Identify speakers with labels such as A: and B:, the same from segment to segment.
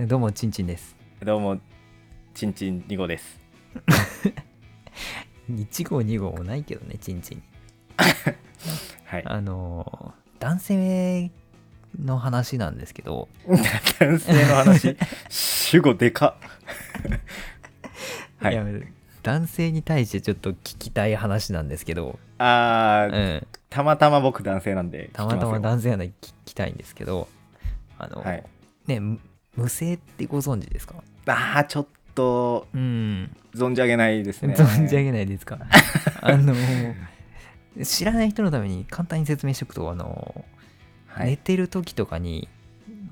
A: どうもちんちんです
B: どうも、ちんちん2号です。
A: 1号2号もないけどねちんちんに
B: はい。
A: あのー男性の話なんですけど
B: 男性の話、主語でかっ。はい
A: や男性に対してちょっと聞きたい話なんですけど、
B: あ
A: う
B: ー、
A: ん、
B: たまたま僕男性なんで聞き
A: た
B: ます
A: ま
B: よ。
A: たま男性なんで聞きたいんですけどあの、
B: はい。
A: ねむ無声ってご存知ですか
B: あー、ちょっと、
A: うん
B: 存じ上げないですね。
A: 存じ上げないです かあのー知らない人のために簡単に説明しておくとあのー
B: は
A: 寝
B: い。
A: てる時とかに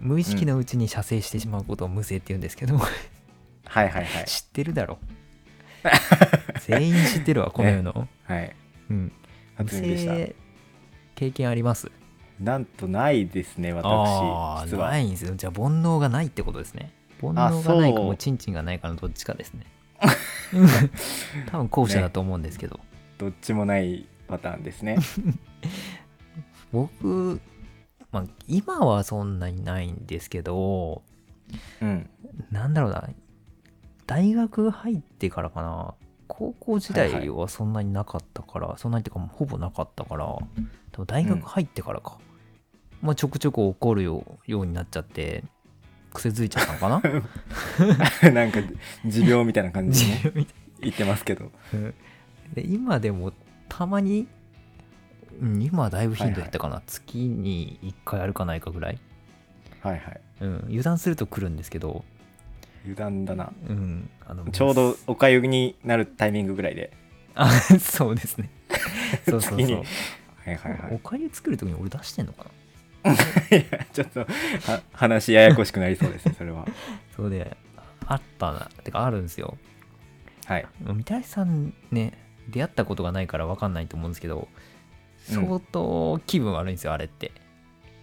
A: 無意識のうちに射精してしまうことを無精って言うんですけど、
B: はいはいはい。
A: 知ってるだろ 全員知ってるわこの世の、
B: はい。
A: うん無
B: 初耳でした。
A: 精経験あります
B: なんとないですね、私。
A: あー
B: 実は。
A: ないんですよじゃあ煩悩がないってことですね煩悩がないかもちんちんがないかのどっちか ですね多分後者だと思うんですけど、
B: どっちもないパター ンですね。
A: 僕、まあ、今はそんなにないんですけど
B: うん。
A: なんだろうな、大学入ってからかな、高校時
B: はい
A: 代はそんなになかったから、そんなにっていうか、ほぼなかったから、多分大学入ってからか、まあ、ちょくちょく怒るよようになっちゃって、癖づいちゃったのか な
B: なんか、持病みたいな感じで、ね、
A: みた
B: 言ってますけ ど。
A: いなで今でもたまに、うん今はだいぶ頻度減ったかな、月に1回あるかないかぐらい、
B: はいはい。
A: うん、油断すると来るんですけど、
B: 油断だな。
A: うん、あの
B: ちょうどおかゆになるタイミングぐらいで。
A: あ そうですねそうそう
B: 次
A: そ
B: に
A: う
B: はいはいはい
A: お。かゆ作るときに俺出してんのかない
B: やちょっとは話ややこしくなりそうですねそれは
A: そうであったなてかあるんですよ
B: はい
A: 三谷さんね出会ったことがないから分かんないと思うんですけど
B: うん
A: 相当気分悪いんですよ、あれって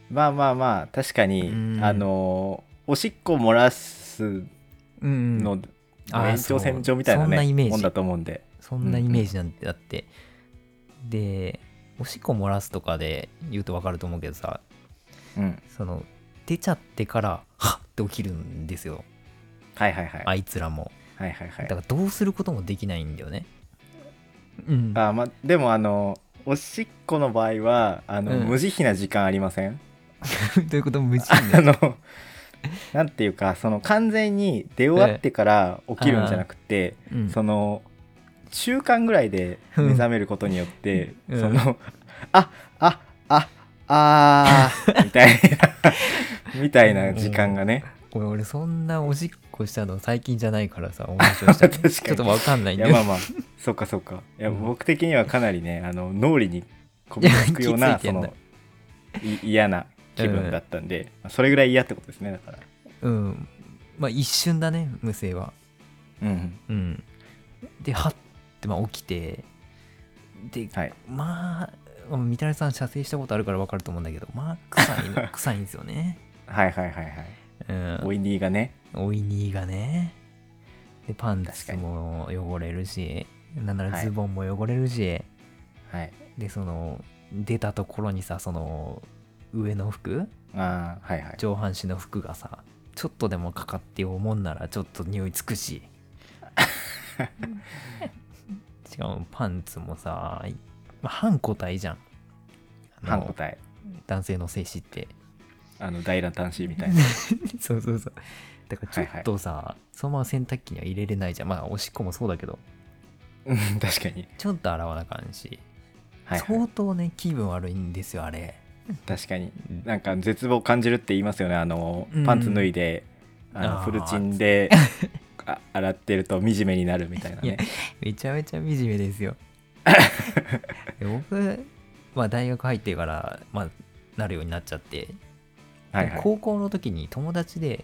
B: まあまあまあ確かに
A: うん
B: あのおしっこ漏らす
A: うん
B: の
A: あー
B: 延長線上みたいな
A: そうそんなイメージ
B: ねもんだと思うんで
A: そんなイメージなんてだって、でおしっこ漏らすとかで言うと分かると思うけどさ
B: うん
A: その出ちゃってからはっって起きるんですよ
B: はいはいはい
A: あいつらも
B: はいはいは
A: だ
B: い
A: からどうすることもできないんだよねうん
B: あーまあでもあのおしっこの場合はあの
A: うん
B: 無慈悲な時間ありません
A: どういう こと 無事
B: あのなんていうかその完全に出終わってから起きるんじゃなくて
A: うん
B: その中間ぐらいで目覚めることによって、
A: うん
B: そのああああーみた いなみたいな時間がね、
A: 俺俺そんなおしっこしたの最近じゃないからさお話をした の
B: 確かに
A: ちょっとわかんないん
B: い
A: だ
B: や
A: よ
B: まあまあそっかそっかいや、
A: うん
B: 僕的にはかなりねあの脳裏にこびりつくよう
A: いや 気づい
B: な
A: て
B: そ
A: んだ
B: のい嫌な気分だったんで、それぐらい嫌ってことですねだから、
A: うんまあ一瞬だね無声は
B: うん、
A: うんではってまあ起きてで、
B: はい
A: まあ三谷さん射精したことあるからわかると思うんだけどまあ臭いの 臭いんですよね
B: はいはいはいはい、
A: うん
B: おいにがね
A: おいにがねでパン
B: 確か
A: ツ
B: に
A: も汚れるしなんな
B: は
A: ら
B: い
A: ズボンも汚れるし、
B: はい
A: でその出たところにさその上の服
B: あーはいはい
A: 上半身の服がさちょっとでもかかって思もんならちょっと匂いつくししかもパンツもさ、まあ、半個体じゃんあの
B: 半個体
A: 男性の精子って
B: あの大乱端子みたいな
A: そうそうそうだからちょっとさ、そのまま洗濯機には入れれないじゃんまあおしっこもそうだけど
B: うん確かに、
A: ちょっと洗わなあかんし、
B: はいはい
A: 相当ね気分悪いんですよあれ
B: 確かになんか絶望感じるって言いますよねあの
A: うん
B: パンツ脱いで、あの
A: あー
B: フルチ ンであ洗ってると惨めになるみたいない
A: や
B: ね、
A: めちゃめちゃ惨めです よ。で僕、まあ、大学入ってから、まあ、なるようになっちゃって、
B: はいはい
A: 高校の時に友達で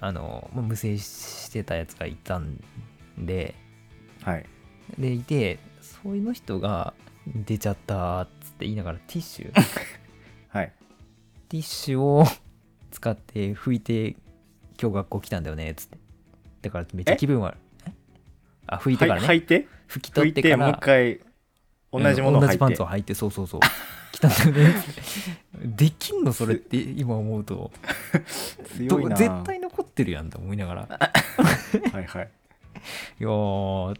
A: あの、まあ、無制してたやつがいたんで
B: はい
A: でいてそういうの人が出ちゃったっつって言いながらティッシ ュ
B: はい
A: ティッシュを使って拭いて今日学校来たんだよねっつってだからめっちゃ気分悪いえあ拭いてからね、
B: はい履いて
A: 拭き
B: 拭
A: 取っ
B: い
A: て
B: て
A: から
B: もう一回同じものを
A: うん同
B: 履い
A: じ
B: て
A: パンツを履いてそうそうそう 来たんだよね できんのそれって今思うと
B: 強いな
A: ど絶対のこってるやんと思いながら
B: はいはい。
A: いやー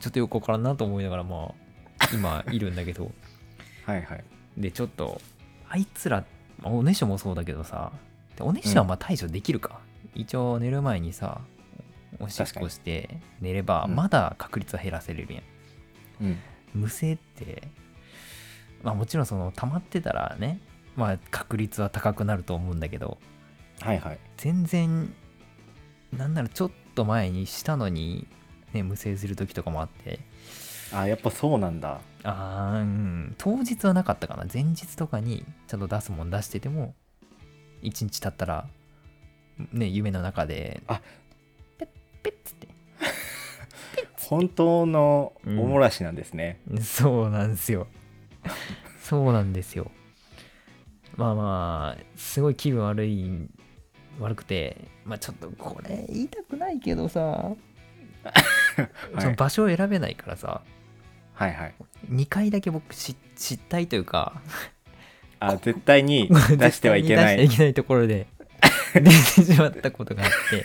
A: ちょっとよくわからんなと思いながらまあ今いるんだけ ど
B: はいはい。
A: でちょっとあいつらまあおねしょもそうだけどさでおねしょはまあ対処できるか、一応寝る前にさおしっこして寝れば
B: うん
A: まだ確率は減らせれるやん、
B: うん。
A: 無声ってまあもちろんその溜まってたらねまあ確率は高くなると思うんだけど
B: はいはい。
A: 全然なんならちょっと前にしたのに、ね、無声する時とかもあって
B: あ、やっぱそうなんだ。
A: あーうん当日はなかったかな前日とかにちゃんと出すもん出してても1日経ったらね夢の中で
B: あ
A: ペッペッつって
B: 本当のおもらしなんですね。
A: そうなんです よそうなんですよまあまあすごい気分悪い悪くてまあちょっとこれ言いたくないけどさ、
B: は
A: その
B: い
A: 場所を選べないからさ
B: はいはい。
A: 2回だけ僕し失態というか
B: あ、絶対に 出してはいけな
A: 絶対に出
B: い。
A: してはいけないところ で出てしまったことがあって、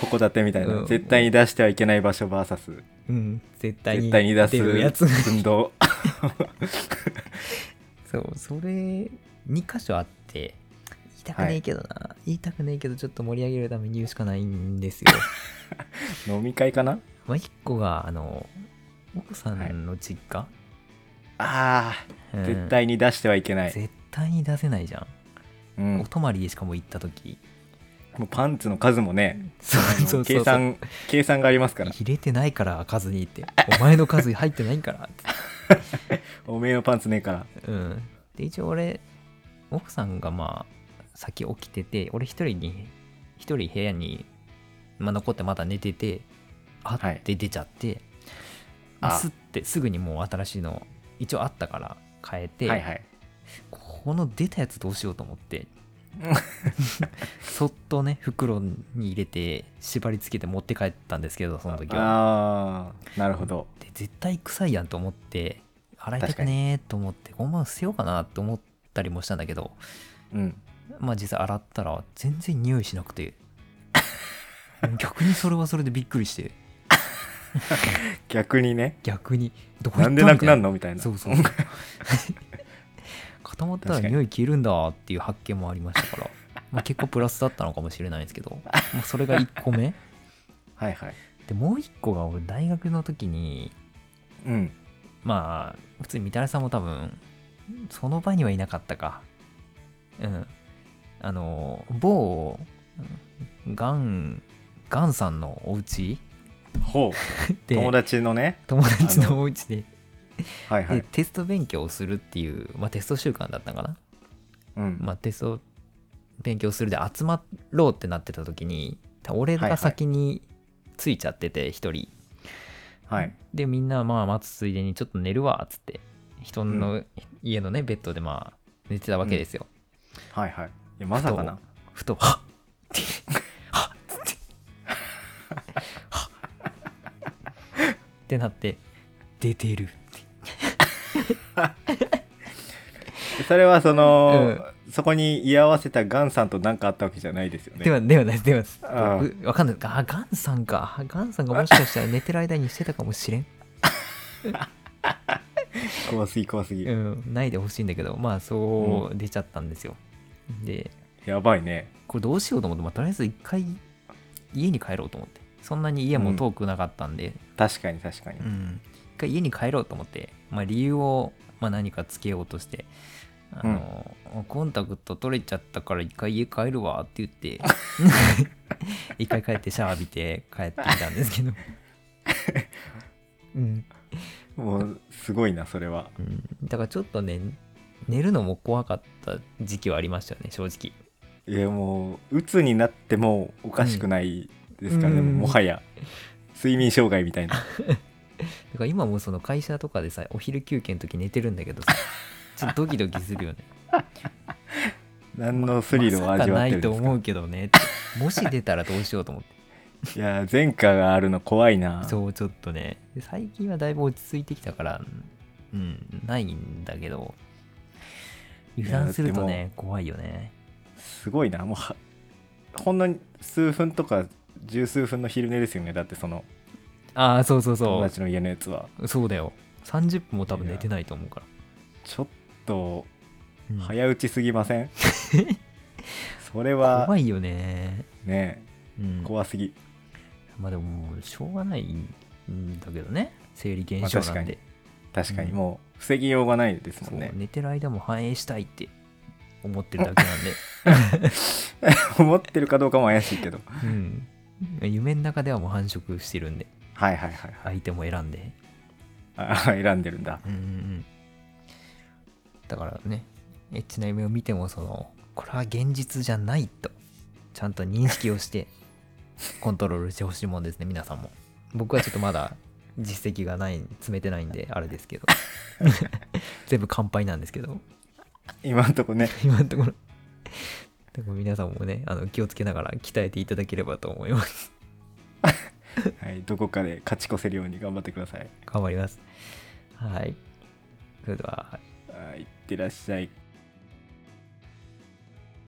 B: 函館みたいな、
A: うん
B: 絶対に出してはいけない場所 VS
A: うん、絶対に
B: 絶対に出す
A: るやつ
B: 運動
A: そうそれ2箇所あって言いたくねえけどな、言いたくねえけどちょっと盛り上げるために言うしかないんですよ
B: 飲み会かな
A: まあ1個があの奥さ
B: はい
A: んの実家、
B: あ
A: うん
B: ー絶対に出してはいけない、
A: 絶対に出せないじゃん、
B: うん、
A: お
B: も
A: 泊まりでしかも行った時
B: うパンツの数もね
A: そう
B: あ
A: そう
B: の
A: そう
B: 計算計算がありますから
A: 入れてないから開かずにってお前の数入ってないからって
B: おめえのパンツねえから
A: うん。で、一応俺、奥さんがまあ、先起きてて、俺一人に、一人部屋に、まあ、残ってまだ寝てて、あ
B: はい
A: って出ちゃって、
B: あ
A: あすってすぐにもう新しいの、一応あったから変えて、
B: はいはい
A: この出たやつどうしようと思 って、そっとね、袋に入れて、縛り付けて持って帰ったんですけど、その時は。
B: ああなるほど
A: で絶対臭いやんと思って洗いたくねーと思ってゴマを捨てようかなと思ったりもしたんだけど
B: うん
A: まあ実際洗ったら全然匂いしなくて 逆にそれはそれでびっくりして
B: 逆にね
A: 逆にどこ行っ
B: な
A: た
B: んでなくなる
A: の
B: のみたいな
A: そう そう固まったら
B: 確かに
A: 匂い消えるんだっていう発見もありました からまあ結構プラスだったのかもしれないですけど、まあ、それが1個目
B: はいはい
A: でもう1個が俺大学の時に
B: うん
A: まあ普通にみたらしさんも多分その場にはいなかったかうんあの某うんガンガンさんのお家
B: ほう
A: で
B: 友達のね
A: 友達のお家で
B: はいは
A: で
B: い
A: テスト勉強をするっていう、まあ、テスト習慣だったのかな、
B: うん
A: まあ、テスト勉強するで集まろうってなってた時に俺
B: はいは
A: が
B: い
A: 先についちゃってて一人、
B: はい
A: でみんなまあ待つついでにちょっと寝るわっつって人の、家のねベッドでまあ寝てたわけですよ、
B: はいはいいやまさかな
A: ふとはっってはっつってはっってなって出てるって
B: それはその、そこに居合わせたガンさんと何かあったわけじゃないですよね
A: ではではないですでは
B: ああ
A: ないです僕わかんないあガンさんかガンさんがもしかしたら寝てる間にしてたかもしれん、
B: 怖すぎ怖すぎ、
A: うん、ないでほしいんだけどまあそう出ちゃったんですよ、で
B: やばいね
A: これどうしようと思って、まあ、とりあえず一回家に帰ろうと思ってそんなに家も遠くなかったんで、
B: 確かに確かに、
A: うん一回家に帰ろうと思って、まあ、理由を、まあ、何かつけようとしてあの、コンタクト取れちゃったから一回家帰るわって言って一回帰ってシャワー浴びて帰ってきたんですけどうん、
B: もうすごいなそれは
A: うん、だからちょっとね寝るのも怖かった時期はありましたよね正直
B: いやもう鬱になってもおかしくないですからね、
A: うん
B: もはや睡眠障害みたいな
A: だから今もその会社とかでさお昼休憩の時寝てるんだけど さちょっとドキドキするよね
B: 何のスリルを味わって
A: ま
B: るん
A: さかないと
B: ですか,、
A: 思うけどねってもし出たらどうしようと思って
B: いや前科 があるの怖いな
A: そうちょっとねで最近はだいぶ落ち着いてきたからうんないんだけど油断すると
B: いや
A: ね怖いよね
B: すごいなもうはほんの数分とか十数分の昼寝ですよねだってその
A: ああそうそう
B: 友
A: そ
B: 達の家のやつは
A: うそうだよ30分も多分寝てないと思うから
B: ちょっと
A: うん
B: 早打ちすぎ ませんそれは
A: 怖いよね
B: ね
A: うん
B: 怖すぎ
A: まあでももうしょうがないんだけどね生理現象
B: まあ確か
A: なん
B: に
A: で、
B: 確かに
A: うん
B: もう防ぎようがないです
A: そ
B: も
A: うん
B: ね
A: 寝てる間も反映したいって思ってるだけなんで、
B: 思ってるかどうかも怪しいけど
A: うん、夢の中ではもう繁殖してるんで
B: はいはいはいはい
A: 相手も選んで
B: あ選んでるんだ
A: うんうんうんだからねエッチな夢を見てもそのこれは現実じゃないとちゃんと認識をして コントロールしてほしいもんですね皆さんも僕はちょっとまだ実績がない詰めてないんであれですけ ど全部乾杯なんですけど
B: 今んとこね
A: 今のところ でも皆さんもねあの気をつけながら鍛えていただければと思います
B: はい、どこかで勝ち越せるように頑張ってください。
A: 頑張りますはいそれでは
B: はい、いってらっしゃい。